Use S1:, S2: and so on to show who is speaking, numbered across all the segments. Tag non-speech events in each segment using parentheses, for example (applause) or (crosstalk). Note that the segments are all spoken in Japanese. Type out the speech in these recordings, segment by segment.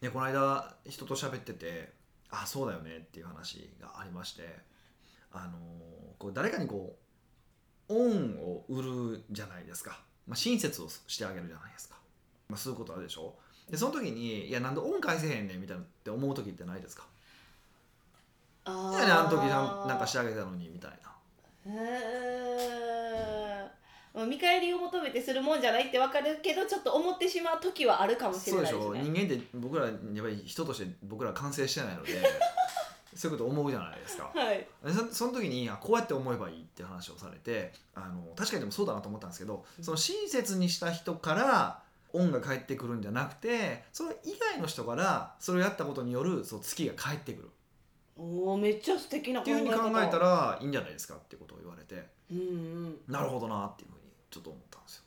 S1: ね、この間人と喋っててあそうだよねっていう話がありまして、あのーこう誰かにこう恩を売るじゃないですか、まあ、親切をしてあげるじゃないですか、まあ、そういうことあるでしょでその時に「いやなんで恩返せへんねん」みたいなって思う時ってないですか「いやねあの時なんなんかしてあげたのに」みたいな
S2: うーんまあ見返りを求めてするもんじゃないってわかるけどちょっと思ってしまう時はあるかもしれ
S1: そう
S2: な
S1: で
S2: いで
S1: し
S2: す
S1: ょ
S2: ね
S1: 人間って僕らやっぱり人として僕ら完成してないの
S2: (laughs)
S1: でそういうこと思うじゃないですか
S2: はい
S1: でそその時にあこうやって思えばいいって話をされてあの確かにでもそうだなと思ったんですけど、
S2: うん
S1: その親切にした人から恩が返ってくるんじゃなくてそれ以外の人からそれをやったことによるその月が返ってくる
S2: おーめっちゃ素敵な
S1: っていうふうに考えたらいいんじゃないですかっていうことを言われて
S2: うんうん
S1: なるほどなっていうふうにちょっと思ったんですよ。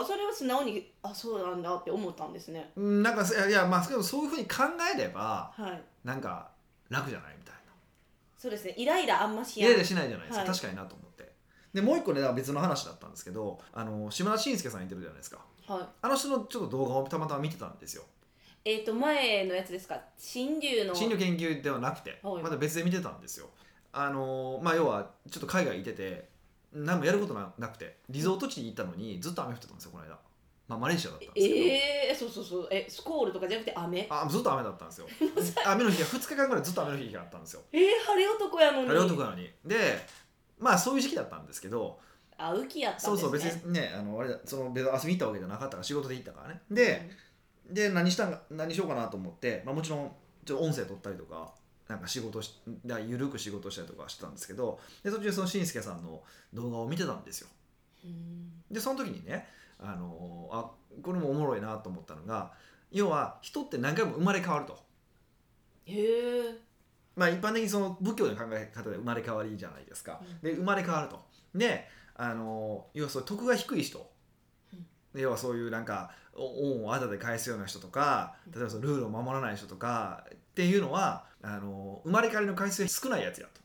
S2: あそれは素直にあそうなんだって思ったんですね
S1: うんなんかいやいやまあけどそういうふうに考えれば
S2: はい
S1: なんか楽じゃないみたいな。
S2: そうですねイライラあんまし
S1: イ
S2: や
S1: ラ
S2: ん
S1: イラしないじゃないですか、
S2: はい
S1: 確かになと思ってでもう一個ねだから別の話だったんですけどあの島田紳介さんいてるじゃないですか
S2: はい
S1: あの人のちょっと動画をたまたま見てたんですよ
S2: えっ、と前のやつですか新竜の
S1: 心理研究ではなくて
S2: はい
S1: また別で見てたんですよあのまあ要はちょっと海外行ってて何もやることななくてリゾート地に行ったのにずっと雨降ってたんですよこの間、まあ、マレーシアだったんですけど、
S2: ええそうそうそうえスコールとかじゃなくて雨
S1: あずっと雨だったん
S2: (laughs)
S1: ですよ雨の日が2日間ぐらいずっと雨の日があったんですよ
S2: えー、晴れ男やのに
S1: 晴れ男なのにでまあそういう時期だったんですけど
S2: あ雨季やった
S1: そ
S2: ん
S1: う
S2: です
S1: そう別
S2: ね
S1: にねあのあれだその別に遊びに行ったわけじゃなかったから仕事で行ったからねで,、で何したんか何しようかなと思って、まあ、もちろんちょっと音声取ったりとかなんか仕事しだゆるく仕事したりとかしてたんですけどで途中そのしんすけさんの動画を見てたんですよ
S2: うん、うん
S1: でその時にねあのあこれもおもろいなと思ったのが要は人って何回も生まれ変わると。
S2: へえ
S1: まあ、一般的にその仏教の考え方で生まれ変わりじゃないですか、で生まれ変わるとであの要はそう徳が低い人、
S2: うん
S1: で要はそういうなんかお恩をあだで返すような人とか
S2: うん
S1: 例えばそのルールを守らない人とかっていうのはあの生まれ変わりの回数が少ないやつやと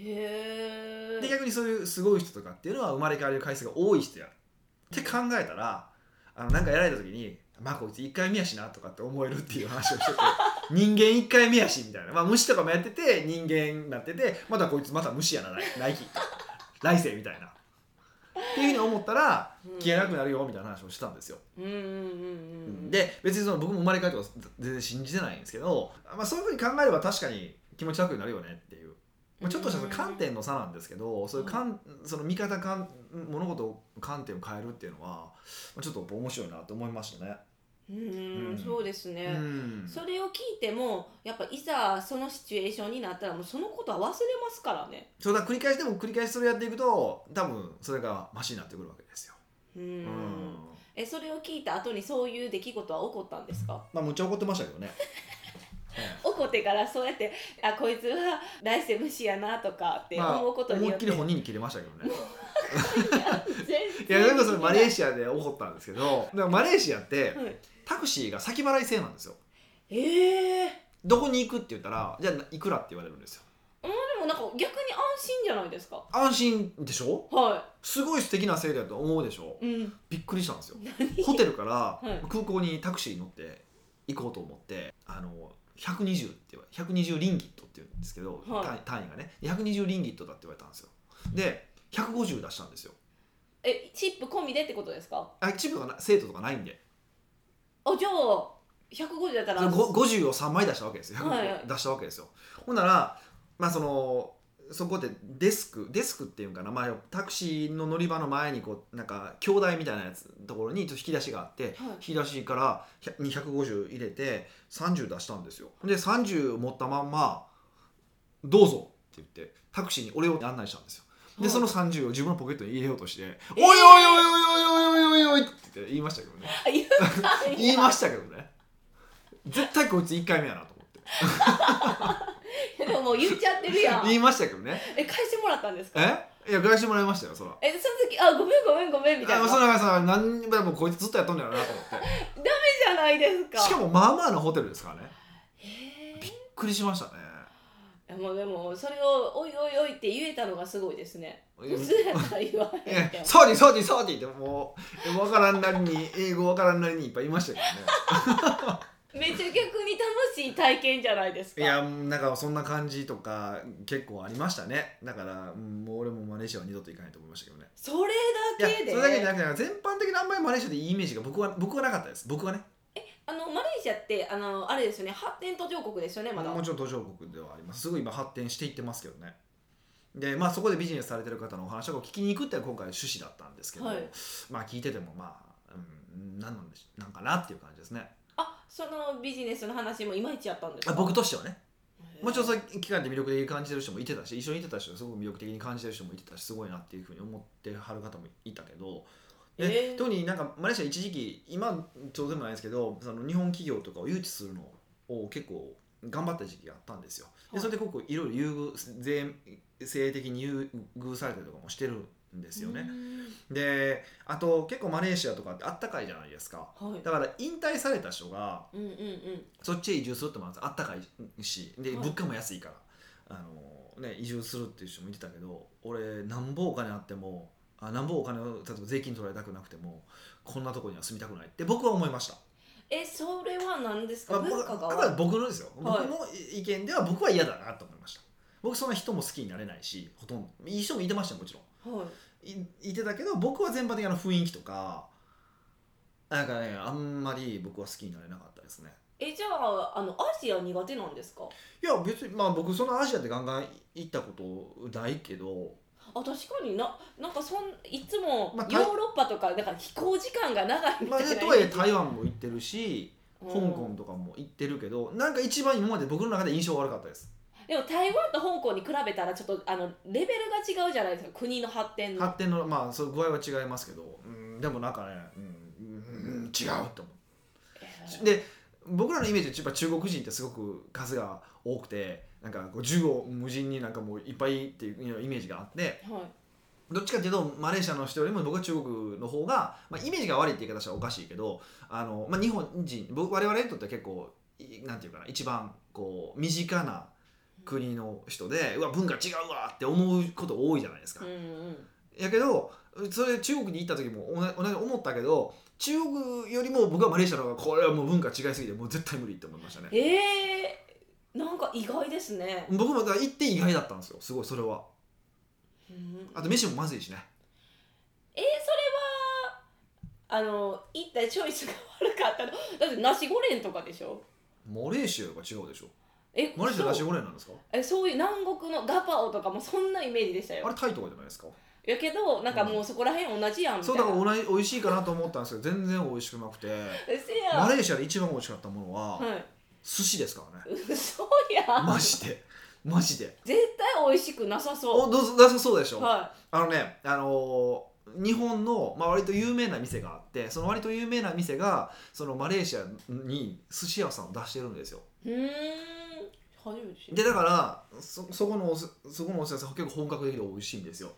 S2: へえ
S1: で逆にそういうすごい人とかっていうのは生まれ変わりの回数が多い人やって考えたらあのなんかやられた時に「まあこいつ1回目やしな」とかって思えるっていう話をしてて (laughs) 人間1回目やしみたいな、まあ、虫とかもやってて人間になっててまたこいつまた虫やな来来期来世みたいな。っていうふうに思ったら気が楽になるよみたいな話をしてたんですよ。
S2: うんうんうんうん
S1: で別にその僕も生まれ変わりとか全然信じてないんですけど、まあ、そういうふうに考えれば確かに気持ち楽になるよねっていう、まあ、ちょっとしたその観点の差なんですけどそういう観その見方観物事を観点を変えるっていうのは、まあ、ちょっとやっぱ面白いなと思いましたね。
S2: うんうん、
S1: うん
S2: そうです
S1: う
S2: ね、
S1: ん
S2: それを聞いてもやっぱいざそのシチュエーションになったらもうそのことは忘れますからね
S1: そうだ繰り返しでも繰り返しそれやっていくと多分それがマシになってくるわけですよ。
S2: うん
S1: うん
S2: えそれを聞いた後にそういう出来事は起こったんですか
S1: まあむっちゃ怒ってましたけどね。え
S2: 起こってからそうやってあこいつは来世無視やなとかって
S1: えまあ、
S2: 思うことに
S1: 思い
S2: よ
S1: っ
S2: っ
S1: き
S2: て、
S1: り本人に切れましたけどね。
S2: (laughs) 全
S1: い
S2: 然
S1: やでもそれ
S2: でき
S1: マ
S2: ない
S1: レーシアで起こったんですけどでもマレーシアって
S2: はい
S1: タクシーが先払い制なんですよ
S2: ええ
S1: どこに行くって言ったらじゃあいくらって言われるんですよ
S2: でもなんか逆に安心じゃないですか
S1: 安心でしょ
S2: は
S1: すごい素敵な制度だと思うでしょ
S2: いうん
S1: びっくりしたん
S2: (laughs)
S1: ですよ
S2: 何
S1: ホテルか
S2: は
S1: ら
S2: い
S1: 空港にタクシーに乗って行こうと思ってあの120って言われ120リンギットって言うんですけど、
S2: はい
S1: 単位単位がね120リンギットだって言われたんですよで150出したんですよ
S2: えチップ込みでってことですか
S1: あチップがな生徒とかないんで
S2: あじゃあ150だったら
S1: そのご50を3枚出したわけですよ、
S2: はいはい
S1: 出したわけですよほんならまあそのそこでデスクデスクっていうんかな、まあ、タクシーの乗り場の前にこうなんか兄弟みたいなやつところにちょっと引き出しがあって、
S2: はい
S1: 引き出しから100 250入れて30出したんですよで30持ったまんま「どうぞ」って言ってタクシーに俺を案内したんですよで
S2: はい
S1: その30を自分のポケットに入れようとして「
S2: えー
S1: おいおいおいおいおいおいおいおい」って言って言いましたけどね
S2: あ言うかんや
S1: (laughs) 言いましたけどね絶対こいつ1回目やなと思って
S2: でももう言っちゃってるやん
S1: 言いましたけどね
S2: え返してもらったんですか
S1: えいや返してもらいましたよそら
S2: えその時あごめんごめんごめんみたい
S1: あ
S2: な
S1: そ
S2: ダメ
S1: らさ何にももうこいつずっとやっとんねやろなと思っ
S2: じゃないです
S1: て
S2: か
S1: しかもまあまあのホテルですからね
S2: へ
S1: びっくりしましたね
S2: えもうでもそれを「おいおいおい」って言えたのがすごいですね
S1: いや
S2: 普通やったら言わ
S1: 「
S2: へんけ
S1: え
S2: ど
S1: そうにそうにそうに」ってもう分からんなりに英語分からんなりにいっぱいいましたけどね
S2: めっちゃ逆に楽しい体験じゃないですか
S1: いやなんかそんな感じとか結構ありましたねだから、うんもう俺もマレーシアは二度と行かないと思いましたけどね
S2: それ
S1: い
S2: だ
S1: や
S2: けで
S1: それだけじゃなくてなんか全般的にあんまりマレーシアでいいイメージが僕は僕はなかったです僕はね
S2: あのマレーシアってあのあれですよね発展途上国ですよねまだ
S1: もちろん途上国ではありますすごい今発展していってますけどねでまあそこでビジネスされてる方のお話を聞きに行くっていうのが今回の趣旨だったんですけど、
S2: はい
S1: まあ聞いててもまあ、うん、何なんでしなんかなっていう感じですね
S2: あそのビジネスの話もいまいちやったんです
S1: あ
S2: か
S1: 僕としてはね
S2: へー
S1: もちろんそういう機関で魅力的に感じてる人もいてたし一緒にいてた人はすごく魅力的に感じてる人もいてたしすごいなっていうふうに思ってはる方もいたけどで
S2: えー
S1: 特になんかマレーシア一時期今そうでもないですけどその日本企業とかを誘致するのを結構頑張った時期があったんですよ。で
S2: はい
S1: それで結構いろいろ優遇税制的に優遇されたりとかもしてるんですよ
S2: う
S1: ね。
S2: ー
S1: であと結構マレーシアとかってあったかいじゃないですか。
S2: んはい
S1: だから引退された人が
S2: うんうんうん
S1: そっちへ移住するってもまずあったかいしで
S2: はい
S1: 物価も安いから、あのね、移住するっていう人もいてたけど俺なんぼお金あってもあなんぼお金を例えば税金取られたくなくてもこんなとこには住みたくないって僕は思いました、
S2: えそれは何です
S1: ま
S2: か
S1: あ、僕
S2: 文化
S1: だ
S2: が
S1: から僕のですよ、
S2: はい
S1: 僕の意見では僕は嫌だなと思いました僕そんな人も好きになれないしほとんどいい人もいてましたよもちろん
S2: はい
S1: いいてたけど僕は全般的にあの雰囲気とかなんかねあんまり僕は好きになれなかったですね
S2: えじゃああのアジア苦手なんですか
S1: いや別にまあ僕そのアジアでガンガン行ったことないけど
S2: あ確かにななんかそんいつも
S1: まあ
S2: ヨーロッパとかだから飛行時間が長いみ
S1: まあ
S2: たい
S1: で
S2: な、
S1: とはいえ台湾も行ってるし
S2: うん
S1: 香港とかも行ってるけどなんか一番今まで僕の中で印象悪かったです
S2: でも台湾と香港に比べたらちょっとあのレベルが違うじゃないですか国の発展の
S1: 発展のまあそう具合は違いますけどうんでもなんかねうんうんうん違うと思
S2: え
S1: うで僕らのイメージでやっぱ中国人ってすごく数が多くてなんかこう縦横無尽になんかもういっぱいっていうイメージがあって
S2: ーはい
S1: どっちかっていうとマレーシアの人よりも僕は中国の方が、まあ、イメージが悪いって言い方したらおかしいけどあの、まあ、日本人僕我々にとっては結構いなんていうかな一番こう身近な国の人でうわ文化違うわって思うこと多いじゃないですか
S2: うん。うん
S1: やけどそれ中国に行った時も同じ同じ思ったけど中国よりも僕はマレーシアの方がこれはもう文化違いすぎてもう絶対無理って思いましたね。
S2: えー、なんか意外ですね、
S1: 僕もだから行って意外だったんですよすごいそれは。
S2: うん
S1: あと飯もまずいしね。
S2: えー、それはあの一体チョイスが悪かったのだってナシゴレンとかでしょ
S1: マレーシアが違うでしょ。
S2: え
S1: マレーシアだし
S2: そう
S1: ゴレンなんですか
S2: えそういう南国のガパオとかもそんなイメージでしたよ
S1: あれタイとかじゃないですか
S2: やけどなんかもうそこら辺同じやんみた
S1: そ
S2: いうな
S1: だから同じ美味しいかなと思ったんですけど全然美味しくなくて
S2: せや
S1: マレーシアで一番美味しかったものは
S2: はい
S1: 寿司ですからね
S2: 嘘やん
S1: マジでマジで
S2: 絶対美味しくなさそ
S1: お
S2: う
S1: どうぞどうぞそうでしょ、
S2: は
S1: あのねあのー日本の、まあ、割と有名な店があってその割と有名な店がそのマレーシアに寿司屋さんを出してるんですよ
S2: いうーん初めて知
S1: で
S2: る
S1: だからそそこのおすそこのお寿司屋さん結構本格的で美味しいんですよ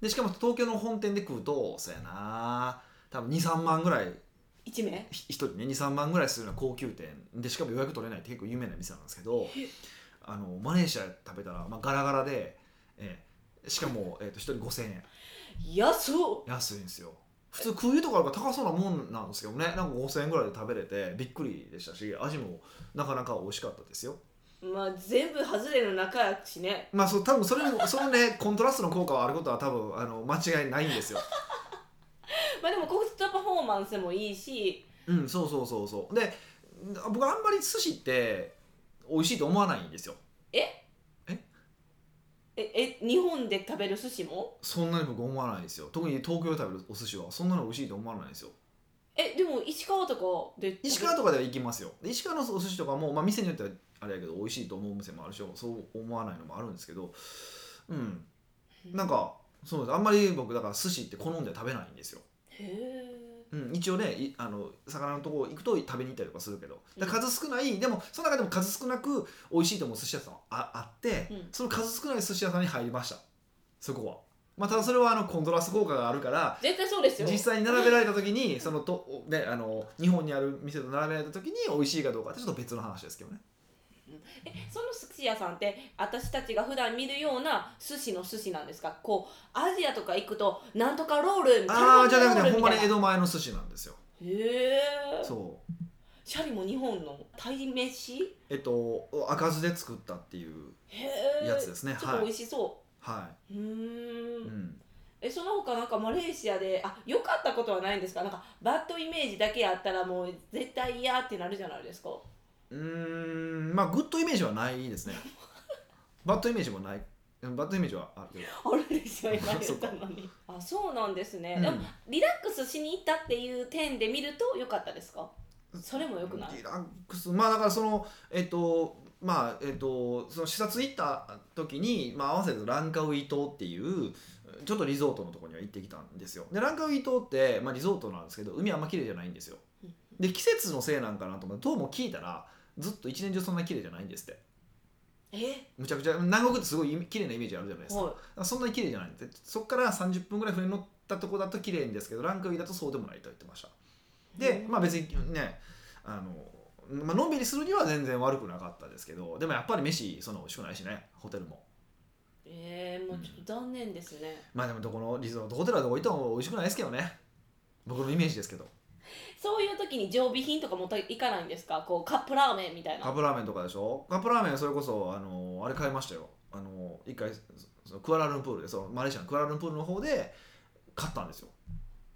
S1: でしかも東京の本店で食うとそうやな多分23万ぐらい
S2: 一名
S1: ひ一人ね23万ぐらいするような高級店でしかも予約取れないって結構有名な店なんですけど
S2: え
S1: あのマレーシアで食べたら、まあ、ガラガラで、えーしかも、えー、と一人5000円
S2: いやそう
S1: 安いんですよ普通食うとこあるから高そうなもんなんですけどねなんか5000円ぐらいで食べれてびっくりでしたし味もなかなか美味しかったですよ
S2: まあ全部外れの中やしね
S1: まあそう多分それもそのねコントラストの効果があることは多分あの間違いないんですよ
S2: まあでもコストパフォーマンスもいいし
S1: うんそうそうそうそうで僕あんまり寿司って美味しいと思わないんですよ
S2: ええ日本で食べる寿司も
S1: そんなに僕思わないですよ特に東京で食べるお寿司はそんなに美味しいと思わないですよ
S2: えでも石川とかで
S1: 石川とかでは行きますよで石川のお寿司とかも、まあ、店によってはあれやけど美味しいと思う店もあるしそう思わないのもあるんですけどうんなんかそうですあんまり僕だから寿司って好んで食べないんですよ、
S2: へえ
S1: うん、一応ねいあの魚のとこ行くと食べに行ったりとかするけどだから数少ない、でもその中でも数少なく美味しいと思う寿司屋さんああって、
S2: うん
S1: その数少ない寿司屋さんに入りましたそこは。まあ、ただそれはあのコントラスト効果があるから
S2: 絶対そうですよ
S1: 実際に並べられた時にそのと、ね、あの日本にある店と並べられた時に美味しいかどうかってちょっと別の話ですけどね
S2: えその寿司屋さんって私たちが普段見るような寿司の寿司なんですかこうアジアとか行くとなんとかロール
S1: ああじゃなくて
S2: ほ
S1: ほんまに江戸前の寿司なんですよ
S2: へえ
S1: そ
S2: シャリも日本の鯛めし
S1: えっと赤酢で作ったっていう
S2: へえ
S1: やつですね
S2: ちょっ
S1: は
S2: と
S1: い
S2: 美味しそ
S1: は
S2: う、う
S1: い、
S2: ーん
S1: うん、
S2: えその他なんかマレーシアであ良かったことはないんですかなんかバッドイメージだけやったらもう絶対嫌ってなるじゃないですか
S1: うーんまあグッドイメージはないですねバッドイメージもないうんバッドイメージはあるけ
S2: あるですよ今
S1: (laughs) そ
S2: 言
S1: う
S2: っ
S1: か
S2: たのにあそうなんですね、
S1: ど、
S2: で
S1: う
S2: も
S1: ん
S2: リラックスしに行ったっていう点で見ると良かったですかそれも良くない
S1: リラックスまあだからそのえっとまあえっとその視察行った時に、まあ、合わせてランカウイ島っていうちょっとリゾートのところには行ってきたんですよでランカウイ島って、まあ、リゾートなんですけど海あんま綺麗じゃないんですよ
S2: うん
S1: で季節のせいなんかなと思ってどうも聞いたらずっと一年中そんな綺麗じゃないんですって
S2: え
S1: むちゃくちゃ南国ってすごい綺麗なイメージあるじゃないですか
S2: は
S1: そんなに綺麗じゃないんでそこから30分ぐらい船乗ったとこだと綺麗んですけどランク上だとそうでもないと言ってました
S2: い
S1: で、まあ、別
S2: に
S1: にねあの、まあのんびりするには全然悪くなかったですけどでもやっぱり飯その美味しくないしねホテルも
S2: えー、もうちょっと残念ですね、
S1: まあでもどこのリゾートホテルはどこ行っても美味しくないですけどね僕のイメージですけど
S2: そういう時に常備品とか持っていかないんですかこうカップラーメンみたいな
S1: カップラーメンとかでしょカップラーメンそれこそあのあれ買いましたよあの一回そのクアラルンプールでそのマレーシアのクアラルンプールの方で買ったんですよ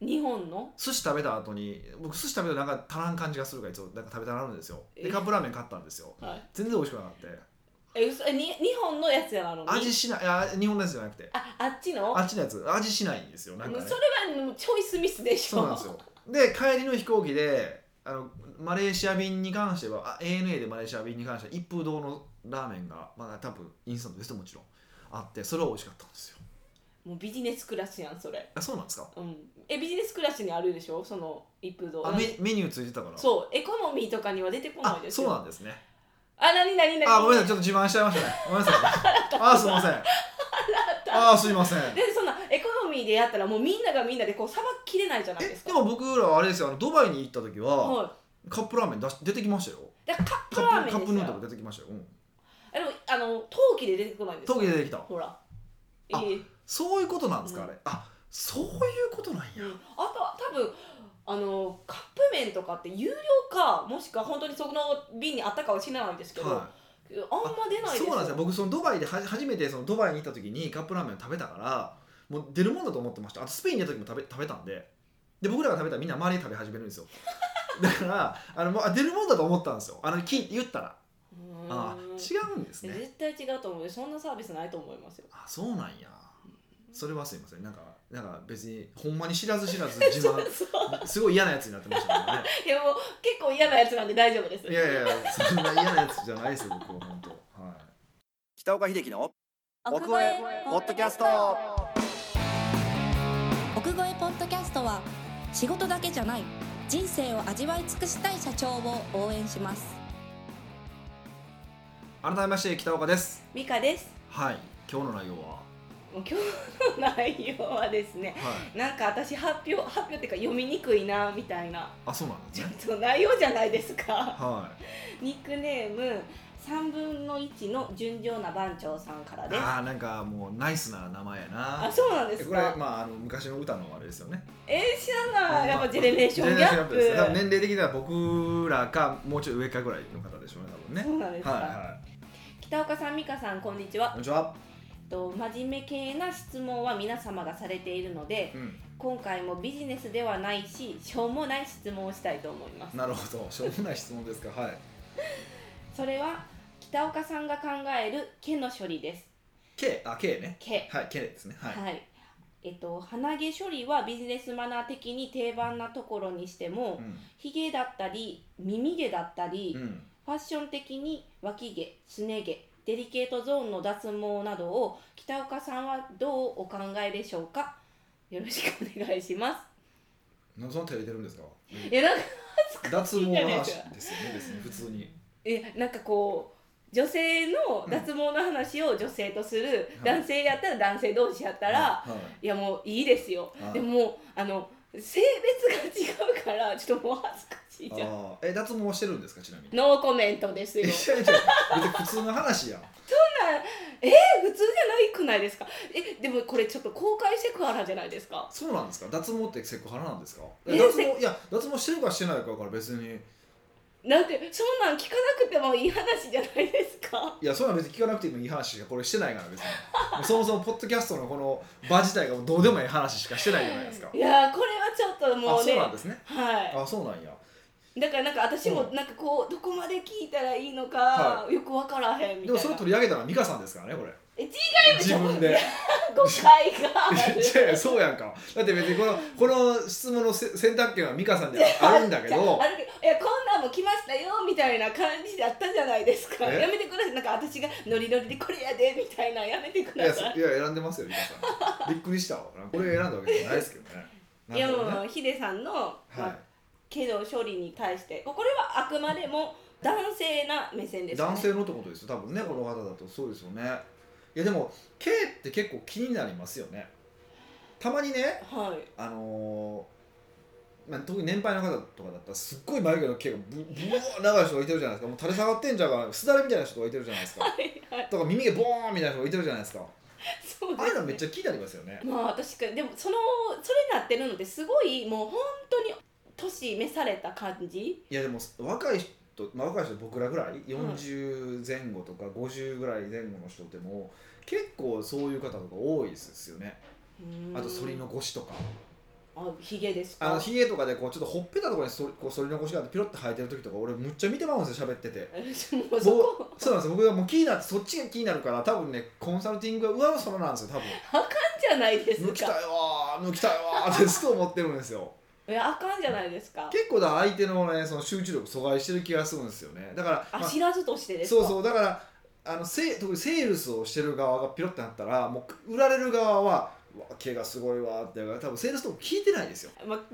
S2: 日本の
S1: 寿司食べた後に僕寿司食べたらなんか足らん感じがするからいつもなんか食べたらなるんですよ
S2: え
S1: でカップラーメン買ったんですよ
S2: はい
S1: 全然美味しくなかった
S2: え嘘えに日本のやつやなのに
S1: 味しないいや日本のやつじゃなくて
S2: ああっちの
S1: あっちのやつ味しないんですよなん
S2: も
S1: か
S2: う
S1: ね
S2: それはもうチョイスミスでしょ
S1: そうなんですよで帰りの飛行機であのマレーシア便に関してはあ ANA でマレーシア便に関しては一風堂のラーメンが、まあ、多分インスタントですよもちろんあってそれは美味しかったんですよ
S2: もうビジネスクラスやんそれ
S1: あそうなんですか
S2: うんえビジネスクラスにあるでしょその一風堂
S1: あメメニューついてたから
S2: そうエコノミーとかには出てこな
S1: あ
S2: いです
S1: そう
S2: よ
S1: なんですね
S2: あ何何何
S1: あごめんなさいちょっと自慢しちゃいましたねごめんなさいあすいませんあすいません
S2: でそんなエコノミーでやったらもうみんながみんなでこうさばきれないじゃないで
S1: え
S2: すか
S1: でも僕らはあれですよあのドバイに行った時は、
S2: はい
S1: カップラーメン出し出てきましたよ
S2: だからカップ
S1: カ
S2: ラー
S1: ップ
S2: メン
S1: カップヌ
S2: です
S1: ード
S2: よ
S1: ル出てきましたよ、うん、
S2: あでもあの陶器で出てこないんです
S1: 陶器で出てきた
S2: ほら
S1: あ
S2: ええ
S1: そういうことなんですか、
S2: うん
S1: あれあそういうことなんや、
S2: うんあとは多分あのカップ麺とかって有料かもしくは本当にそこの瓶にあったかは知らないんですけど、
S1: は
S2: あんま出ない
S1: い、
S2: です
S1: そうなんですよ僕そのドバイでは初めてそのドバイに行った時にカップラーメンを食べたからもう出るもんだと思ってましたあとスペインに行った時も食べ食べたんでで僕らが食べたらみんな周りで食べ始めるん
S2: (laughs)
S1: ですよだからあのもうあ出るもんだと思ったんですよあの聞い言ったら
S2: うーん
S1: あ違うんですね
S2: 絶対違うと思うよそんなサービスないと思いますよ (laughs)
S1: あそうなんやそれはすいませんなんかなんか別にほんまに知らず知らず自慢
S2: (laughs) そう
S1: すごい嫌なやつになってましたけどね
S2: いやもう結構嫌なやつなんで大丈夫です
S1: いやいやいや、そんな嫌なやつじゃないですよ、僕は本当。はい。北岡秀樹の奥越えポッドキャスト。
S3: 奥越えポッドキャストは仕事だけじゃない人生を味わい尽くしたい社長を応援します
S1: 改めまして、北岡です。
S2: ミカです
S1: はい、今日の内容は。は、
S2: もう今日の内容はですねなんか私発表発表っていうか読みにくいなみたいない
S1: あ、そうなんで
S2: ち
S1: す
S2: ょっ
S1: ね。
S2: と内容じゃないですか (laughs)
S1: は
S2: ニックネーム3分の1の純情な番長さんから
S1: い。
S2: です
S1: ああ、なんかもうナイスな名前やな。
S2: あそうなんですか
S1: これ、まあ、あの昔の歌のあれですよね。
S2: えー、知らないやっぱジェネレーション
S1: ジ
S2: ギ
S1: ェネレー
S2: ャ
S1: ション
S2: ップ
S1: です多分年齢的には僕らか、もうちょい上かぐらいの方でしょうね、多分ね
S2: そ。うなんですか、
S1: はい、はい。
S2: 北岡さん美香さんこんにちは
S1: こんにちは。
S2: と真面目系な質問は皆様がされているので
S1: うん、
S2: 今回もビジネスではないししょうもない質問をしたいと思います
S1: なるほど、しょうもない質問ですか。はい。
S2: それは北岡さんが考える毛の処理です
S1: K、あ、K ね。
S2: 毛
S1: はい、K ですね。はい。
S2: はいえっと鼻毛処理はビジネスマナー的に定番なところにしても
S1: うん。
S2: ひげだったり耳毛だったり、
S1: うん。
S2: ファッション的に脇毛すね毛デリケートゾーンの脱毛などを北岡さんはどうお考えでしょうかよろしくお願いしま
S1: (laughs)
S2: す
S1: なんでそんな手入れてるんですか
S2: いやなんか
S1: 脱毛の話
S2: いいじゃない
S1: ですよね別に普通に
S2: えなんかこう女性の脱毛の話を女性とする、
S1: うん
S2: 男性やったら男性同士やったら、
S1: はい
S2: いやもういいですよ、
S1: はい
S2: でももうあの性別が違うからちょっともう恥ずかしいじゃん
S1: あーえ脱毛してるんですかちなみに
S2: ノーコメントです
S1: え
S2: よ
S1: 違う違う別に普通の話やん
S2: 普通じゃないくないですかえでもこれちょっと公開セクハラじゃないですか
S1: そうなんですか脱毛ってセクハラなんですか
S2: え
S1: え脱毛いや脱毛してるかしてないかから別に
S2: なんてそんなん聞かなくてもいい話じゃないですか
S1: いやそんな別に聞かなくてもいい話しかこれしてないから別 (laughs) にもうそもそもポッドキャストのこの場自体がもうどうでもいい話しかしてないじゃないです (laughs) か
S2: いやーこれはちょっと
S1: あ
S2: も
S1: そ
S2: う
S1: う
S2: ね
S1: なんですね
S2: は
S1: あそうなんや
S2: いだからなんか私も
S1: うん
S2: なんかこうどこまで聞いたらいいのか、
S1: は
S2: よく分からへんみたいな
S1: でもそれ取り上げたのは美香さんですからねこれ
S2: え違う
S1: 自分で
S2: 誤解がある
S1: (laughs) いやいやそうやんかだって別にこのこの質問のせ選択権は美香さんにはあるんだけ
S2: じゃあ (laughs)
S1: ど
S2: あるけどいやこんなんも来ましたよみたいな感じだったじゃないですか
S1: え
S2: やめてくださいなんか私がノリノリでこれやでみたいなやめてく
S1: い
S2: だ
S1: や
S2: さい
S1: そいや選んでますよ美香さんびっくりしたわなんかこれ選んだわけじゃないですけどね
S2: (laughs) いや
S1: なるほどね
S2: もうヒデさんの、ま
S1: は
S2: あ、けど処理に対してこれはあくまでも男性な目線
S1: い
S2: です、ね、
S1: 男性のってことですよ多分ねこの方だとそうですよねいやでも毛って結構気になりますよねたまにね
S2: はい
S1: あのーまあ、特に年配の方とかだったらすっごい眉毛の毛がぶぶわー長い人がいてるじゃないですかもう垂れ下がってんじゃんかすだれみたいな人がいてるじゃないですか
S2: はいはい
S1: とか耳毛ボーンみたいな人がいてるじゃないですか
S2: そう
S1: あ
S2: で
S1: あい
S2: す、
S1: う
S2: ね、
S1: のめっちゃ気になりますよね
S2: まあ確かにでもそのそれになってるのですごいもう本当に年召された感じ
S1: いやでも若い人、まあ、若い人僕らぐらい40前後とか50ぐらい前後の人でも結構そういう方とか多いですよねあと反り残しとか
S2: あひげです
S1: あ
S2: か
S1: のひげとかでこうちょっとほっぺたとかにそこう反り残しがあってピロッと生えてる時とか俺むっちゃ見てまうんですよ喋ってて
S2: (laughs) もうそこ
S1: そうなんですよ僕がもう気になってそっちが気になるから多分ねコンサルティングが上の空なんですよ多分
S2: じゃないです
S1: 抜きたい
S2: か。
S1: わー抜きたいわーってずっと思ってるんですよ
S2: いや、あかんじゃないですか。
S1: 結構だから相手のねその集中力阻害してる気がするんですよねだから、
S2: あ、
S1: まあ
S2: 知らずとしてです
S1: そ
S2: か。
S1: うそうだからあのセ特にセールスをしてる側がピロってなったらもう売られる側は「うわ毛がすごいわ」って多分セールスとも聞いてないですよ
S2: まあ、確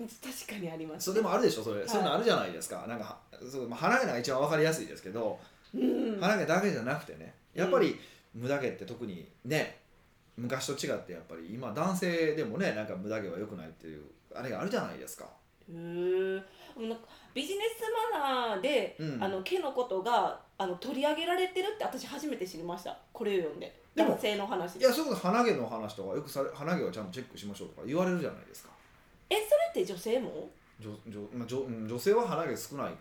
S2: かにあります。
S1: それでもあるでしょそれ、
S2: い
S1: そういうのあるじゃないですかなんかそう、まあ、鼻毛なんか一番わかりやすいですけど、
S2: うん。
S1: 鼻毛だけじゃなくてねやっぱり無駄毛って特にね昔と違ってやっぱり今男性でもねなんか無駄毛は良くないっていうあれがあるじゃないですか
S2: へーなんかビジネスマナーで、
S1: うん
S2: あの毛のことがあの取り上げられてるって私初めて知りましたこれを読んで
S1: でも
S2: 男性の話
S1: い
S2: で
S1: やそういうこと鼻毛の話とかよくされ鼻毛をちゃんとチェックしましょうとか言われるじゃないですか
S2: えそれって女性も
S1: 女女まあ、女うん女性は鼻毛少ないん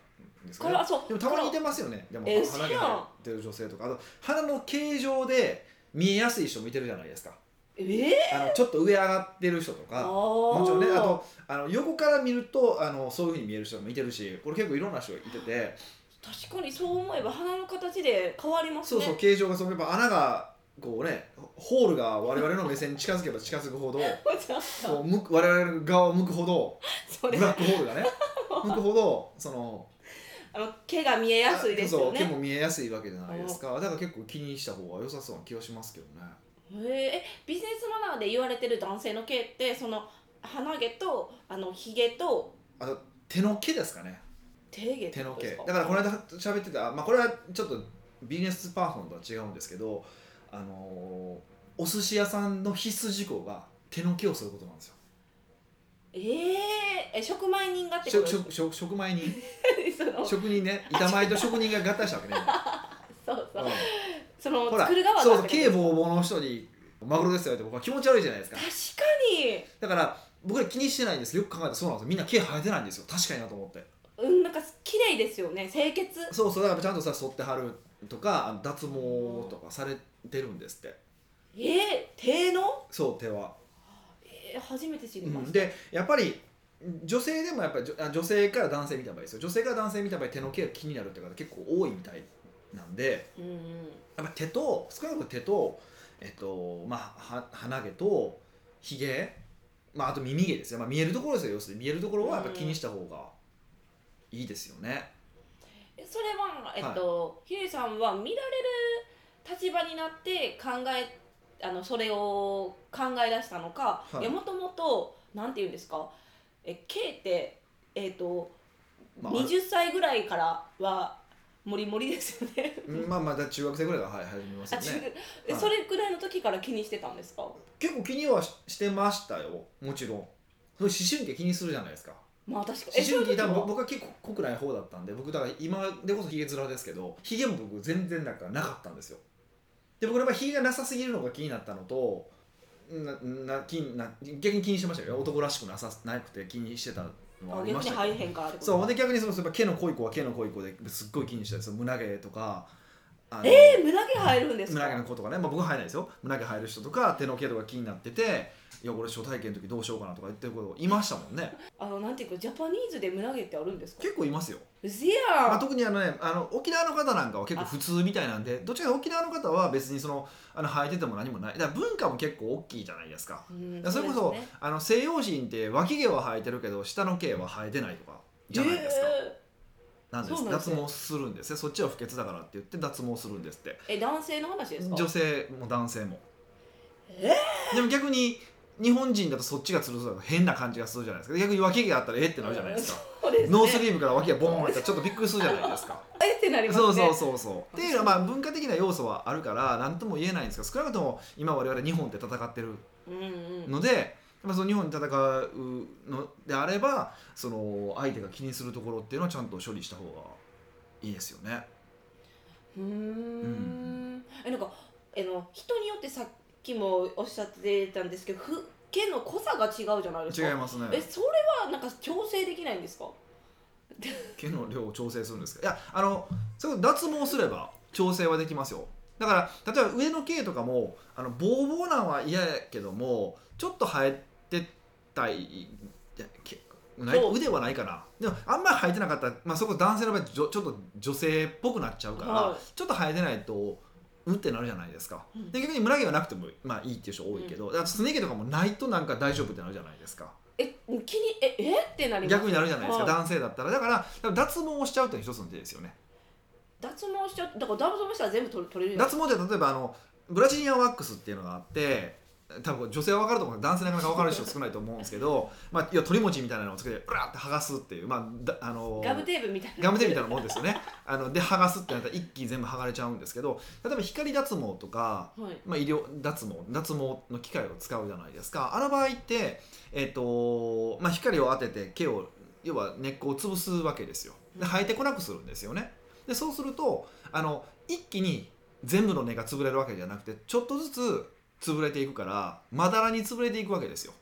S1: ですか
S2: これ
S1: ね
S2: はそう
S1: でもたまに似てますよねでも
S2: え
S1: 鼻毛
S2: 嘘やん
S1: 生えてる女性とかあと鼻の形状で見えやすい人もいてるじゃないですか
S2: ええ
S1: あのちょっと上上がってる人とかも
S2: も
S1: ちろんねあとあの横から見るとあのそういうふうに見える人もいてるしこれ結構いろんな人がいてて
S2: 確かにそう思えば鼻の形で変わります
S1: そ
S2: ね
S1: うそう形状がそうやっぱ穴がこうねホールが我々の目線に近づけば近づく
S2: (laughs)
S1: ほど
S2: ちょっ
S1: ことう向く我々の側を向くほど
S2: それ
S1: ブラックホールがね向くほどその
S2: あの毛が見えやすいですよ
S1: そう毛
S2: ね
S1: も見えやすいわけじゃないですかだから結構気にした方が良さそうな気がしますけどね
S2: へーえビジネスマナーで言われてる男性の毛ってその鼻毛とあのひげと
S1: あと手の毛ですかね
S2: 手毛って
S1: 手の
S2: ことです
S1: 毛だからこの
S2: れ
S1: 間喋ってた、まあ、これはちょっとビジネスパーソンとは違うんですけどあのーお寿司屋さんの必須事項が手の毛をすることなんですよ
S2: えー、え職前人がってこと
S1: 食
S2: です
S1: 食食
S2: か (laughs)
S1: 食前に
S2: そのそう
S1: 職人ね板前と職人が合体したわけね、
S2: (laughs) そう
S1: う
S2: そ
S1: ん
S2: の
S1: ほら
S2: 作る側が
S1: そうそう
S2: って
S1: 毛
S2: こと
S1: ボーボーの人にマグロですよって僕は気持ち悪いじゃないですか
S2: ですか
S1: だから僕ら気にしてないんですよく考えたらそうなんですよみんな毛生えてないんですよ確かになと思って
S2: 確かにうんなんか綺麗ですよね清潔
S1: そうそうだからちゃんとさ剃ってはるとかあの脱毛とかされてるんですって
S2: えー、手の、
S1: そう手は、
S2: えー、初めて知り
S1: う
S2: ま
S1: ん、
S2: した、
S1: でやっぱり女性でもやっぱりじょあ女性から男性見た場合ですよ女性から男性見た場合手の毛が気になるって方結構多いみたいなんで
S2: うんうん、
S1: やっぱ手と少なくとも手とえっとまあは鼻毛とひげまああと耳毛ですよ、まあ、見えるところですよ要するに見えるところはやっぱ気にした方がいいですよね、
S2: えそれは、えっとヒデさんは見られる立場になって考えあのそれを考え出したのか、
S1: はい
S2: い、やもともとなんて言うんですかえ K って、えっと
S1: まあ
S2: 20歳ぐらいからはモリモリですよね。
S1: うんまあまあだから中学生ぐらいがはい始めます
S2: あ
S1: よ
S2: 違
S1: ね
S2: うえ
S1: はい
S2: それぐらいの時から気にしてたんですか
S1: 結構気にはししてましたよもちろんそれ思春期気にするじゃないですか
S2: まあ確か
S1: 思春期多
S2: その時
S1: 分
S2: は
S1: 僕は結構濃くない方だったんで僕だから今でこそヒゲ面ですけどヒゲも僕全然なんかなかったんですよで僕の場合ヒゲがなさすぎるのが気になったのとなな気にな逆に気にしてましたよ男らしくなさなくて気にしてたもありま
S2: 逆
S1: し
S2: に
S1: たけど
S2: 入れへんからってこと
S1: そうほんで逆にそのその毛の濃い子は毛の濃い子ですっごい気にしたりする胸毛とかあの
S2: えー、胸毛入るんですか
S1: 胸毛の子とかね、まあ、僕は生えないですよ胸毛生える人とか手の毛とか気になってていやこれ初体験の時どうしようかなとか言ってる子いましたもんね
S2: あのなんていうかジャパニーズで胸毛ってあるんですか
S1: 結構いますよ、
S2: うせや
S1: まあ、
S2: ん
S1: 特にあのねあの沖縄の方なんかは結構普通みたいなんでどっちかというと沖縄の方は別にそのあの生えてても何もないだから文化も結構大きいじゃないですか
S2: うん
S1: だからそれこそ
S2: うですね
S1: あの西洋人って脇毛は生えてるけど下の毛は生えてないとかじゃないですか、なんで
S2: そ
S1: す
S2: うなんです
S1: 脱
S2: ね
S1: 毛するんですねそっちは不潔だからって言って脱毛するんですって
S2: えーえ男性の話ですか
S1: 女性も男性も
S2: え
S1: でも逆に日本人だとそっちがつるそうだと変な感じがするじゃないですか逆に脇毛あったらえってなるじゃないですか、
S2: (laughs) そうですね
S1: ノースリーブから脇がボーンってちょっとびっくりするじゃない
S2: (laughs)
S1: ですか
S2: えってなりますね
S1: そうそうそうそうっていうのはまあ文化的な要素はあるから何とも言えないんですが少なくとも今我々日本で戦ってる
S2: うんうん
S1: ので、まあ、その日本に戦うのであればその相手が気にするところっていうのはちゃんと処理した方がいいですよね。
S2: うーんえなんかあの人によってさっきもおっしゃってたんですけどふ毛の濃さが違うじゃないですか
S1: 違いますね。
S2: えそれはなんか調整できないんですか
S1: 毛の量を調整するんですかいやあのそれ脱毛すれば調整はできますよだから例えば上の毛とかもあのボーボーなんは嫌やけどもちょっと生えてたいいや毛ない
S2: そう
S1: 腕はないかなでもあんまり生えてなかったら、まあ、そこ男性の場合じょちょっと女性っぽくなっちゃうから、
S2: は
S1: ちょっと生えてないとうんってなるじゃないですか
S2: うん
S1: で逆に胸毛がなくても、まあ、いいっていう人多いけど、だからすね毛とかもないとなんか大丈夫ってなるじゃないですか
S2: え気にええってなります
S1: 逆になるじゃないですか、
S2: は
S1: 男性だったらだから多分脱毛をしちゃうっていうのは一つの手ですよね
S2: 脱毛しちゃってだから脱毛したら全部取れ取れるんです
S1: 脱毛って例えばあのブラジリアンワックスっていうのがあって多分女性は分かると思うけど男性なかなか分かる人少ないと思うんですけ
S2: (laughs)
S1: ど、まあ、要は鳥もちみたいなのをつけてうらって剥がすっていう、まあだあの
S2: ガムテープみたいな
S1: ガムテープみたいなもんですよねあので剥がすってなったら一気に全部剥がれちゃうんですけど例えば光脱毛とか、
S2: はい
S1: まあ、医療脱毛脱毛の機械を使うじゃないですかあの場合って、えっとまあ、光を当てて毛を要は根っこを潰すわけですよで生えてこなくするんですよねでそうするとあの一気に全部の根が潰れるわけじゃなくてちょっとずつ潰れていくからまだらに潰れていくわけですよ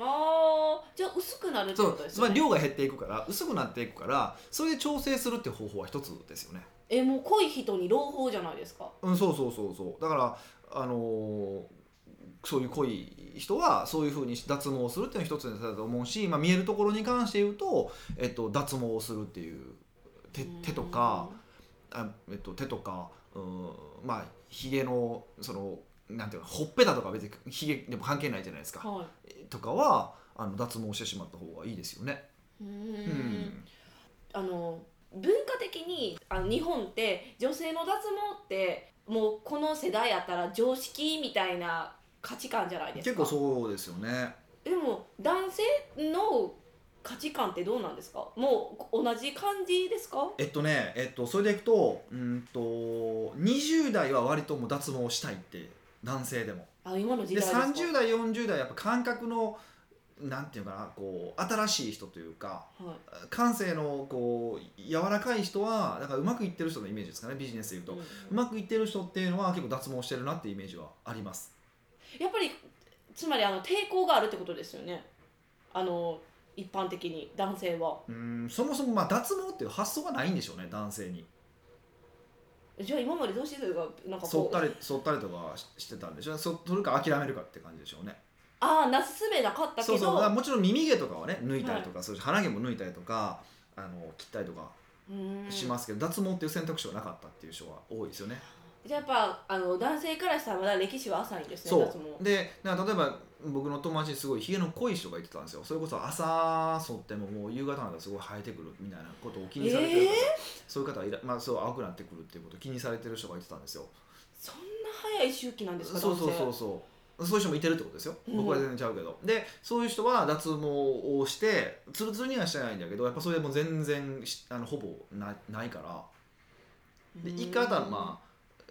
S2: あーじゃあ薄くなるって
S1: そ
S2: こ
S1: う
S2: とです
S1: つま
S2: よ
S1: り
S2: ね
S1: 量が減っていくから薄くなっていくからそれで調整するって方法は一つですよね
S2: えもう濃い人に朗報じゃないですか
S1: うん、そうそうそうそうだからあのーそういう濃い人はそういうふうに脱毛をするっていうのは一つの手だと思うし、まあ、見えるところに関して言うと、えっと、脱毛をするっていう手手とか、あえっと、手とかうんまあひげのそのなんていうのほっぺたとか別にひげでも関係ないじゃないです
S2: うん
S1: か、
S2: は
S1: とかはあの脱毛してしまった方がいいですよね。
S2: いうー
S1: うん
S2: んあの文化的にあの日本って女性の脱毛ってもうこの世代やったら常識みたいな価値観じゃないです
S1: 結
S2: か
S1: 構そうですよね。
S2: でも男性の価値観ってどうなんですかもう同じ感じですか
S1: えっとね、えっと、それでいくとうんと20代は割ともう脱毛したいって男性でも
S2: あ今の時
S1: で
S2: 代ですか
S1: 30代40代やっぱ感覚のなんていうかなこう新しい人というか
S2: はい
S1: 感性のこう柔らかい人はだからうまくいってる人のイメージですかねビジネスでいうと、う
S2: うん
S1: まくいってる人っていうのは結構脱毛してるなっていうイメージはあります
S2: やっぱりつまりあの抵抗があるってことですよねあの一般的に男性は
S1: うんそもそもまあ脱毛っていう発想がないんでしょうね男性に
S2: じゃあ今までどうしてたかなんか
S1: 剃っ
S2: こう
S1: たり剃ったりとかししてたんでしょそそれか諦めるかって感じでしょうね
S2: ああなすすべなかったけど
S1: そうそうだからもちろん耳毛とかはね抜いたりとか、そうし鼻毛も抜いたりとかあの切ったりとか
S2: うーん
S1: しますけど、脱毛っていう選択肢はなかったっていう人は多いですよね。
S2: じゃあやっぱあの男性からしたらまだ歴史は浅いんですね
S1: そ
S2: 脱
S1: うでだから例えば僕の友達にすごいひげの濃い人が言ってたんですよそれこそ朝剃ってももう夕方なんかすごい生えてくるみたいなことを気にされてる方、
S2: えー
S1: そういう方はいら、まあ、そう青くなってくるっていうことを気にされてる人が言ってたんですよ。
S2: そんな早い周期なんですか
S1: そうそうそう
S2: 男性
S1: そうそういう人もいてるってことですよ僕は全然ちゃうけど、でそういう人は脱毛をしてツルツルにはしてないんだけどやっぱそれも全然しあのほぼなないからで
S2: うーん
S1: 1回あったらま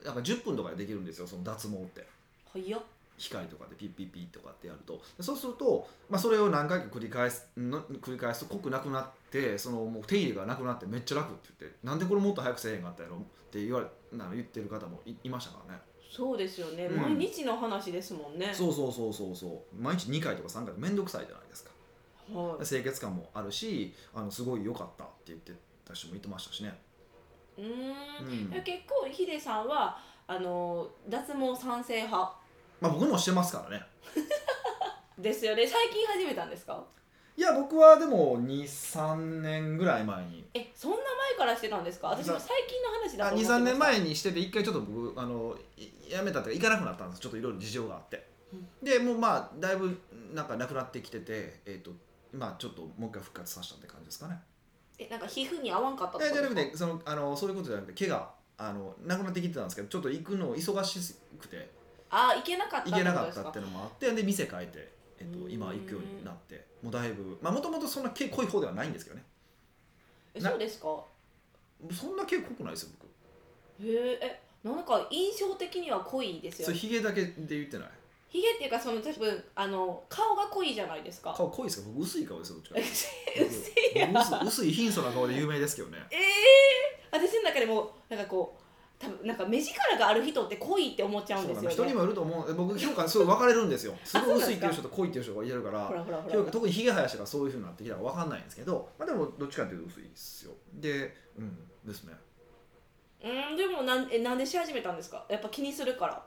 S1: あなんか10分とかでできるんですよその脱毛って
S2: 早っ
S1: 光とかでピッピッピッとかってやるとでそうすると、まあ、それを何回か繰り返すの繰り返すと濃くなくなってそのもう手入れがなくなってめっちゃ楽って言ってなんでこれもっと早くせえへんかったやろって言われなの言ってる方もいいましたからね
S2: そうですよね、
S1: うん
S2: 毎日の話ですもんね
S1: そうそうそうそうそう毎日2回とか3回とかめんどくさいじゃないですか
S2: はい
S1: 清潔感もあるしあのすごい良かったって言ってた人も言ってましたしね、
S2: うー
S1: うんん
S2: でも結構ヒデさんはあの脱毛賛成派
S1: まあ、僕もしてますからね
S2: ですよね最近始めたんですか
S1: いや僕はでも23年ぐらい前に
S2: えそんな前からしてたんですか私も最近の話だと思ってま
S1: 23
S2: した
S1: 年前にしてて一回ちょっと僕あのいやめたっていうか行かなくなったんですちょっといろいろ事情があって、でもうまあだいぶなんかなくなってきててえっ、とまあちょっともう一回復活させたって感じですかね
S2: えなんか皮膚に合わんかったとか
S1: え
S2: で
S1: じゃ
S2: す
S1: な
S2: か
S1: くてそのあのそういうことじゃなくて怪我あのなくなってきてたんですけどちょっと行くの忙しくて
S2: あ行けなかった
S1: 行けなか
S2: こ
S1: っ
S2: とです
S1: たっていうのもあってで店変えて、えっ
S2: う
S1: と
S2: ん
S1: 今行くようになってもうだいぶまあもともとそんな毛濃い方ではないんですけどね
S2: え
S1: な
S2: そうですか
S1: そんな毛濃くないですよ僕
S2: へええなんか印象的には濃いです
S1: そ
S2: よ
S1: れヒゲだけで言ってない
S2: ひげっていうかその多分あの顔が濃いじゃないですか
S1: 顔濃いですか僕薄い顔ですよどっちかっていうと
S2: え (laughs) 薄いやん
S1: 僕薄薄い貧相な顔で有名ですけどね
S2: ええ私の中でもなんかこう多分なんか目力がある人って濃いって思っちゃうん
S1: そうな
S2: です
S1: の
S2: よ
S1: 人に
S2: ね
S1: もよると思う僕評価すごい分かれるんですよすごい
S2: そうなん
S1: 薄
S2: で
S1: いっ
S2: す
S1: て
S2: か
S1: いう人と濃いっていう人がいてるか
S2: ほ
S1: ら
S2: らほらほら
S1: 評価特にヒゲ生やしたからそういうふうになってきたら分かんないんですけど、まあ、でもどっちかっていうと薄いですよでうんですね
S2: うんでもなんえなんでし始めたんですかやっぱ気にするから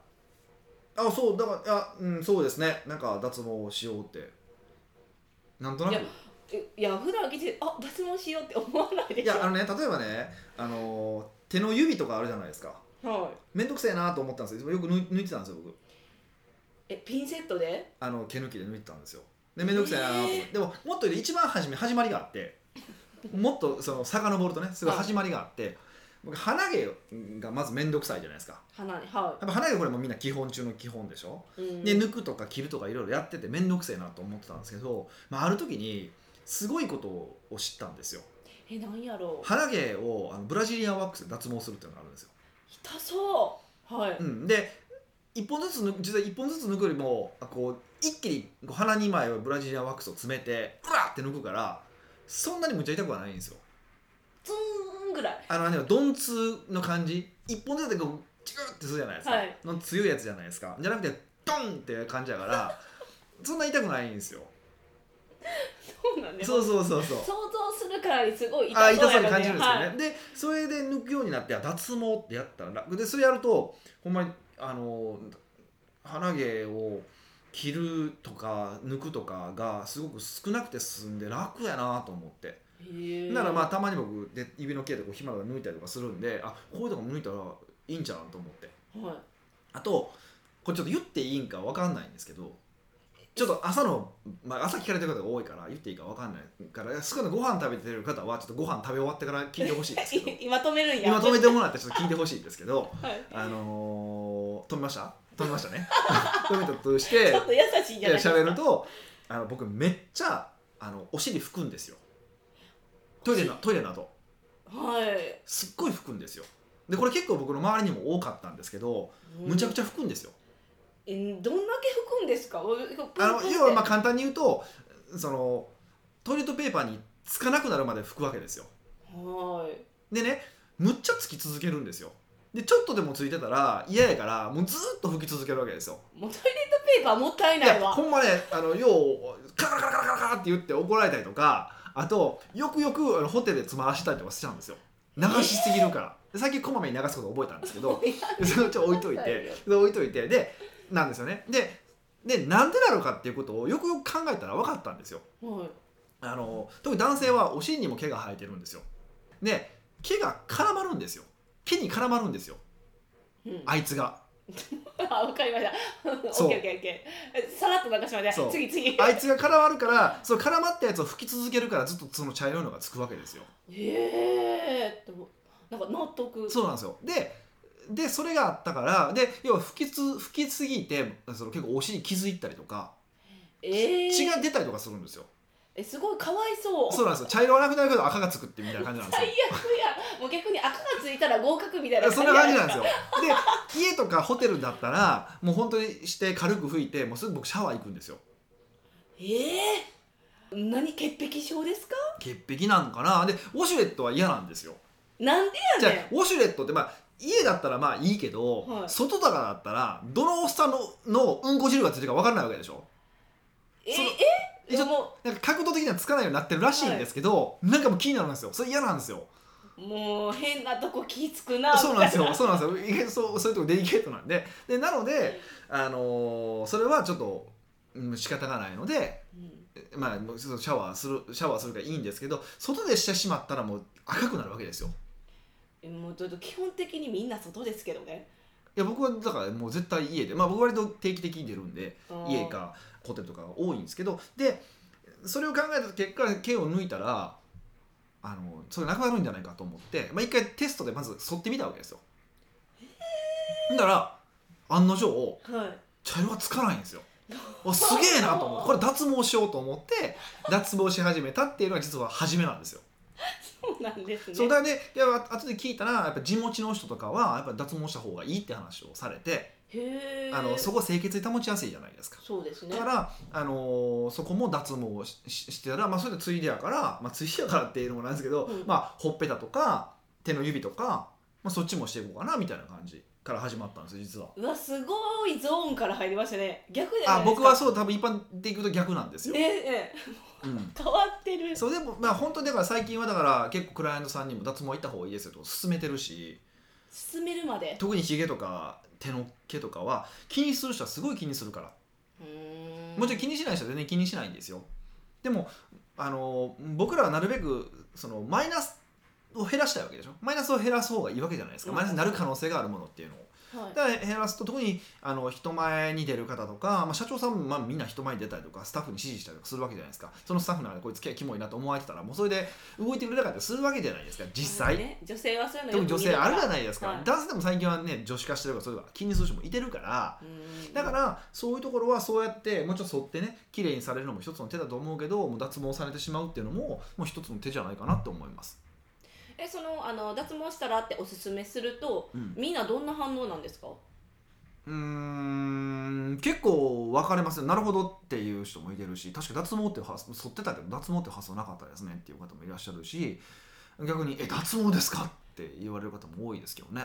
S1: あそうだからあ、うん、そうですねなんか脱毛しようってなんとなく
S2: いやえいや普段着てあ脱毛しようって思わないで
S1: い
S2: しょ
S1: やあのね例えばねあのー手の指とかあるじゃないですか
S2: はい
S1: めんどくせえなと思ったんですよよく抜抜いてたんですよ僕
S2: えピンセットで
S1: あの毛抜きで抜いてたんですよでめんどくさいなと思って、でももっと一番初め始まりがあってもっとその遡るとねすごい始まりがあって、僕鼻毛がまずめんどくさいじゃないですか
S2: 鼻には
S1: やっぱ鼻毛これもみんな基本中の基本でしょ、
S2: い、うん
S1: で抜くとか切るとかいろいろやっててめんどくせえなと思ってたんですけど、まあ、ある時にすごいことを知ったんですよ
S2: えなんやろう
S1: 鼻毛をあのブラジリアンワックスで脱毛するっていうのがあるんですよ、
S2: 痛そうはい、
S1: うん、で一本ずつ抜く実は一本ずつ抜くよりもあこう一気にこう鼻2枚をブラジリアンワックスを詰めてうわって抜くからそんなにむっちゃ痛くはないんですよ
S2: ツーンぐらい (laughs)
S1: あのね鈍痛の感じ一本ずつでこうチクってするじゃないですか、
S2: はい
S1: の強いやつじゃないですかじゃなくてドンって感じだからそんな痛くないんです
S2: (laughs)
S1: よ
S2: そうなんです
S1: そうそうそうそう
S2: 想像するからにすごい
S1: あ
S2: 痛
S1: 痛そう
S2: や
S1: に
S2: ろ
S1: 感じるんですよね、
S2: はい
S1: でそれで抜くようになってあ脱毛ってやったら楽でそれやるとほんまにあの鼻毛を切るとか抜くとかがすごく少なくて進んで楽やなと思って、
S2: へえ
S1: ならまあたまに僕で指の毛とか暇とか抜いたりとかするんであこういうとこも抜いたらいいんじゃんと思って
S2: はい
S1: あとこれちょっと言っていいんかわかんないんですけどちょっと朝の、まあ、朝聞かれてる方が多いから言っていいかわかんないから少なくご飯食べてる方はちょっとご飯食べ終わってから聞いてほしいですけ
S2: (laughs)
S1: ど
S2: 今止めるんや
S1: 今止めてもらってちょっと聞いてほしいんですけど
S2: はい
S1: あのー、止めました止めましたね (laughs) 止めたとして
S2: ちょっと優しいんじゃないですか
S1: 喋るとあの僕めっちゃあのお尻拭くんですよトイレのトイレの後
S2: はい
S1: すっごい拭くんですよでこれ結構僕の周りにも多かったんですけどむちゃく
S2: ゃ
S1: ちゃ拭くんですよ
S2: どんだけ拭くんですかあ
S1: あの要はまあ簡単に言うとそのトイレットペーパーにつかなくなるまで拭くわけですよ
S2: はい
S1: でねむっちゃつき続けるんですよでちょっとでもついてたら嫌やからもうずーっと拭き続けるわけですよ
S2: もうトイレットペーパーもったい
S1: い
S2: ない
S1: や
S2: わ
S1: ほんまねあのようカラカラカラカラカラって言って怒られたりとかあとよくよくあのホテルでつまらしたりとかしちゃうんですよ流しすぎるから、で最近こまめに流すことを覚えたんですけ (laughs) どそれをちょっと置いといてで置いといてでなんですよねででなんでなのかっていうことをよくよく考えたら分かったんですよ
S2: はい
S1: あの特に男性はお尻にも毛が生えてるんですよで毛が絡まるんですよ毛に絡まるんですよ
S2: うん
S1: あいつが
S2: (laughs) あ、わかりました。
S1: そう
S2: (laughs) オッケーオッケーオッケー。さらっと流しまし
S1: そ
S2: ょ
S1: う
S2: う。次次。
S1: あいつが絡まるからその絡まったやつを拭き続けるからずっとその茶色いのがつくわけですよ
S2: ええー、でもなんか納得。
S1: そうなんですよででそれがあったからで要は拭きつ拭きすぎてその結構お尻気づいたりとか
S2: ええー。
S1: 血が出たりとかするんですよ
S2: え、すごいかわいそう。
S1: そうなんですよ茶色はなくなるけど赤がつくってみたいな感じなんです
S2: 最
S1: よ
S2: 悪や。もう逆に赤がついたら合格みたいな
S1: そんな感じなんです
S2: よ。
S1: よで家とかホテルだったらもう本当にして軽く拭いてもうすぐ僕シャワー行くんですよ
S2: ええー。何潔癖症ですか？
S1: 潔癖なんかなでウォシュレットは嫌なんですよ
S2: なんで
S1: じ
S2: や
S1: ゃあ
S2: ねん。
S1: ウォシュレットってまあ家だったらまあいいけど、
S2: はい
S1: 外だからだったらどのおっさんののうんこ汁がついてるか分からないわけでしょ
S2: え
S1: その
S2: え
S1: 一応
S2: も
S1: なんか角度的にはつかないようになってるらしいんですけど、なんかもう気になるんですよそれ嫌なんですよ
S2: うもう変なとこ気つくな
S1: そうなんですよそうなんですよ意外とそうそういうとこデリケートなんででなので、あのーそれはちょっとうん仕方がないので、
S2: うん
S1: まあ、もうちょっとシャワーするシャワーするからいいんですけど外でしてしまったらもう赤くなるわけですよ
S2: えもうちょっと基本的にみんな外ですけどね
S1: いや僕はだからもう絶対家でまあ僕割と定期的に出るんで家かホテルとかが多いんですけどでそれを考えた結果毛を抜いたらあのそれなくなるんじゃないかと思って、まあ、一回テストでまず剃ってみたわけですよ。だから案の定
S2: うんはい
S1: 茶色がつかないんですよ。わすげえなと思ってこれ脱毛しようと思って脱毛し始めたっていうのが実は初めなんですよ。
S2: そうなんですね
S1: そうだねであ後で聞いたらやっぱ地持ちの人とかはやっぱ脱毛した方がいいって話をされて
S2: へえ
S1: あのそこ清潔に保ちやすいじゃないですか。
S2: そうですね
S1: だから、あのーそこも脱毛をしししてたら、まあ、それでついでやから、まあ、ついでやからっていうのもなんですけど、
S2: うん
S1: まあ、ほっぺたとか手の指とか、まあ、そっちもしていこうかなみたいな感じから始まったんですよ実は。
S2: うわすごいゾーンから入りましたね逆じゃな
S1: あ
S2: いですか
S1: 僕はそう多分一般でいくと逆なんですよ。
S2: ねえ
S1: うん
S2: 変わってる
S1: そうでもまあ本当にだから最近はだから結構クライアントさんにも脱毛行った方がいいですよと勧めてるし
S2: 進めるまで
S1: 特にひげとか手の毛とかは気にする人はすごい気にするから
S2: うー
S1: もちろん気にしない人は全然気にしないんですよでもあの僕らはなるべくそのマイナスを減らしたいわけでしょマイナスを減らす方がいいわけじゃないですか
S2: うん
S1: マイナスになる可能性があるものっていうのを
S2: はい
S1: だから減らすと特にあの人前に出る方とか、まあ、社長さんも、まあ、みんな人前に出たりとかスタッフに指示したりとかするわけじゃないですかそのスタッフなんかこいつ気キモいなと思われてたらもうそれで動いてくれなかったりするわけじゃないですか実際、
S2: ね、女性はそういうの
S1: 特に女性あるじゃないですか、
S2: はい
S1: 男性でも最近はね女子化してるからそういうのが気にする人もいてるからだかららそういうところはそうやってもうちょっと沿ってね綺麗にされるのも一つの手だと思うけどもう脱毛されてしまうっていうのももう一つの手じゃないかなと思います、
S2: えそのあの脱毛したらっておすすめすると
S1: うん、
S2: みんなどんな反応なんですか
S1: うーん結構分かれますねなるほどっていう人もいてるし確か脱毛っていう発想剃ってたけど脱毛っていう発想なかったですねっていう方もいらっしゃるし逆に「え脱毛ですか?」って言われる方も多いですけどね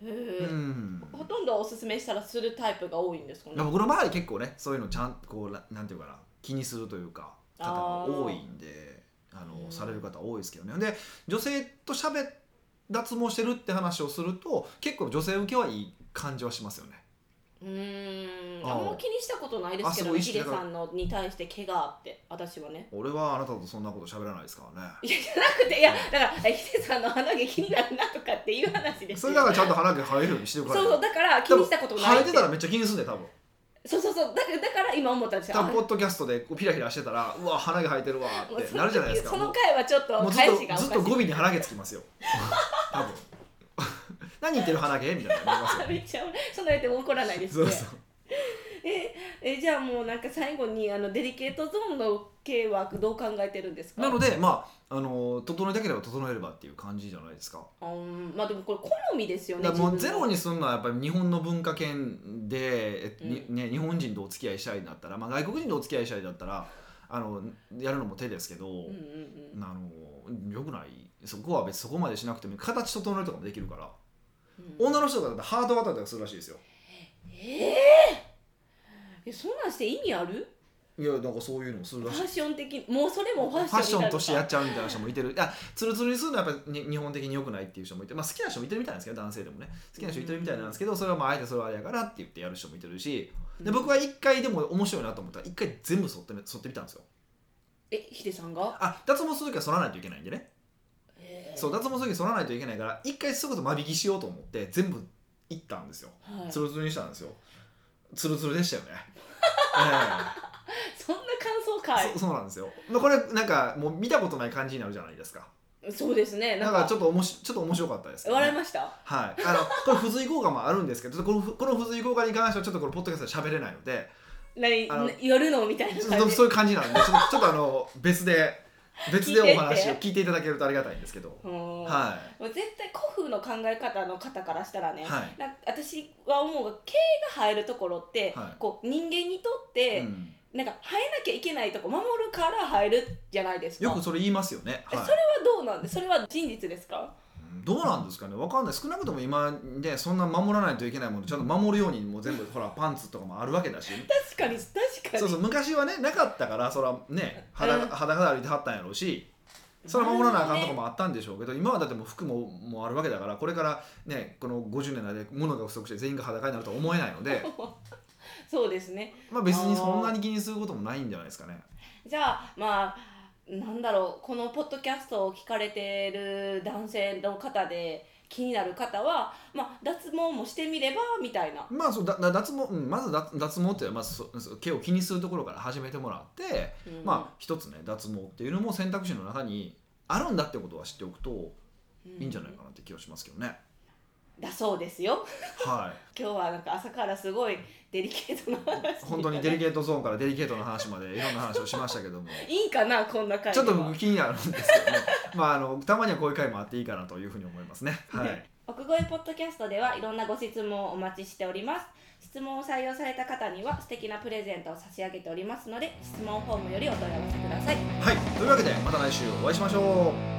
S2: へ
S1: う
S2: え、
S1: ん
S2: ほとんどはおすすめしたらするタイプが多いんですかね
S1: いや僕の場合結構ねそういうのちゃんとこうななんていうかな気にするというか方が多いんであの、
S2: うん
S1: される方多いですけどねで女性と喋っ脱毛してるって話をすると結構女性受けはいい感じはしますよね
S2: うーん
S1: あ
S2: あ
S1: ー
S2: んま気にしたことないですけ
S1: あす
S2: ど
S1: ごい意
S2: ヒ
S1: 識
S2: デ
S1: だから
S2: さんのに対して毛があって私はね (laughs)
S1: 俺はあなたとそんなこと喋らないですからね
S2: いやじゃなくていやだからえヒデさんの鼻毛気になるなとかっていう話ですよ
S1: それだからちゃんと鼻毛生えるようにしてる
S2: そ
S1: か
S2: う
S1: ら
S2: そうだから気にしたことない
S1: 生えてたらめっちゃ気にすんで多分
S2: そうそうそうだからだから今思ったんですよ
S1: 多分ポッドキャストでこうピラピラしてたらうわ鼻毛生えてるわ
S2: あもう
S1: って
S2: その
S1: なるじゃないですか
S2: そ
S1: も
S2: の
S1: う
S2: 回はちょっと
S1: もうずっ
S2: 返しが
S1: と
S2: おかし
S1: ず
S2: い
S1: っと語尾に鼻毛つき
S2: (laughs)
S1: ますよ多分 (laughs) 何言ってる鼻毛みたいななりますよ
S2: めっちゃそんなやっても怒らないです
S1: そ
S2: ね
S1: うそう
S2: ええじゃあもうなんか最後にあのデリケートゾーンの系はどう考えてるんですか
S1: なのでまああの整えたければ整えればっていう感じじゃないですか
S2: うんまあでもこれ好みですよね
S1: だからもう
S2: 自
S1: ゼ
S2: 分の
S1: ロにするのはやっぱり日本の文化圏で、えに
S2: う
S1: ね、日本人とお付き合いしたいんだったら、まあ、外国人とお付き合いしたいんだったらあのやるのも手ですけど、
S2: うんうんうん
S1: あのよくないそこは別にそこまでしなくても形整えるとかもできるから、
S2: うん
S1: 女の人とかだってハート型とかするらしいですよ
S2: ええそんなんして意味ある
S1: いやなんかそういうのもする
S2: フ
S1: らしい
S2: ァッション的もうそれもフ
S1: フ
S2: ァ
S1: ァ
S2: ッシ
S1: ッ
S2: ョン
S1: ションとしてやっ
S2: っ
S1: ちゃうみたいな人もいてるいやツルツルにするのはやっぱりに日本的に良くないっていう人もいて、まあ、好きな人もいてるみたいなんですけど男性でもね好きな人いてるみたいなんですけどそれはまああえてそれはあれやからって言ってやる人もいてるしで僕は一回でも面白いなと思ったら一回全部剃ってみ剃ってみたんですよ
S2: えヒデさんが
S1: あ脱毛する時は剃らないといけないんでね
S2: ええ
S1: そう脱毛する時は剃らないといけないから一回すぐと間引きしようと思って全部いったんですよ
S2: はい
S1: ツ
S2: そ
S1: ルツルにしたんですよツルツルでした
S2: (laughs)
S1: よねええ
S2: んな感想か
S1: そそうなんですよまあこれなんかもう見たことない感じになるじゃないですか
S2: いそうですね
S1: な
S2: なんん
S1: か
S2: か
S1: ちょっとおもしちょっと面白かったですけどね、
S2: 笑いました
S1: はい、あのこれ付随効果もあるんですけどこのこの付随効果に関してはちょっとこのポッドキャストで喋れないの (laughs) で
S2: 何
S1: あの
S2: やるのみたいな
S1: ちょっ
S2: 感
S1: と
S2: じ
S1: そういう感じなんでちょっとちょっとあ (laughs) の別で別でお話を聞いていただけるとありがたいんですけど、
S2: うん
S1: は
S2: もう絶対古風の考え方の方からしたらね、
S1: はい
S2: なんか私は思うが毛が生えるところって、
S1: はい
S2: こう人間にとっ
S1: い、
S2: て、
S1: うん
S2: なんか生えなきゃいけないとこ守るから生えるじゃないですか
S1: よくそれ言いますよね。
S2: え
S1: はい
S2: それはどうなんでそれは真実ですか
S1: ううんどうなんですかねわかんない少なくとも今ねそんな守らないといけないものちゃんと守るようにもう全部ほらパンツとかもあるわけだし
S2: 確かに確か
S1: そう
S2: に
S1: そう昔はねなかったからそらね
S2: う
S1: 裸
S2: ん
S1: 裸で歩いてはったんやろうしそれは守らなあかんとかもあったんでしょうけど今はだってもう服ももうあるわけだからこれからねこの50年の間で物が不足して全員が裸になるとは思えないの
S2: (laughs)
S1: で
S2: そうですね
S1: まあ別にそんなに気にすることもないんじゃないですかね。
S2: じゃあまあなんだろうこのポッドキャストを聞かれてる男性の方で気になる方は、まあ、脱毛もしてみればみたいな
S1: まあそうだだ脱毛、うん、まず脱脱毛っていうのはまずそそ毛を気にするところから始めてもらって、まあ一つね脱毛っていうのも選択肢の中にあるんだってことは知っておくと
S2: うん
S1: いいんじゃないかなって気がしますけどね。
S2: だそうですよ
S1: はい
S2: 今日はなんか朝からすごいデリケートな話
S1: 本当にデリ
S2: ケ
S1: ケートゾーンからデリケートな話までいろんな話をしましたけども
S2: いいかなこんな感じ
S1: ちょっと僕気になるんですけどねまああのたまにはこういう回もあっていいかなというふうに思いますねはい
S2: 奥越えポッドキャストではいろんなご質問をお待ちしております質問を採用された方には素敵なプレゼントを差し上げておりますので質問フォームよりお問い合わせください
S1: はいというわけでまた来週お会いしましょう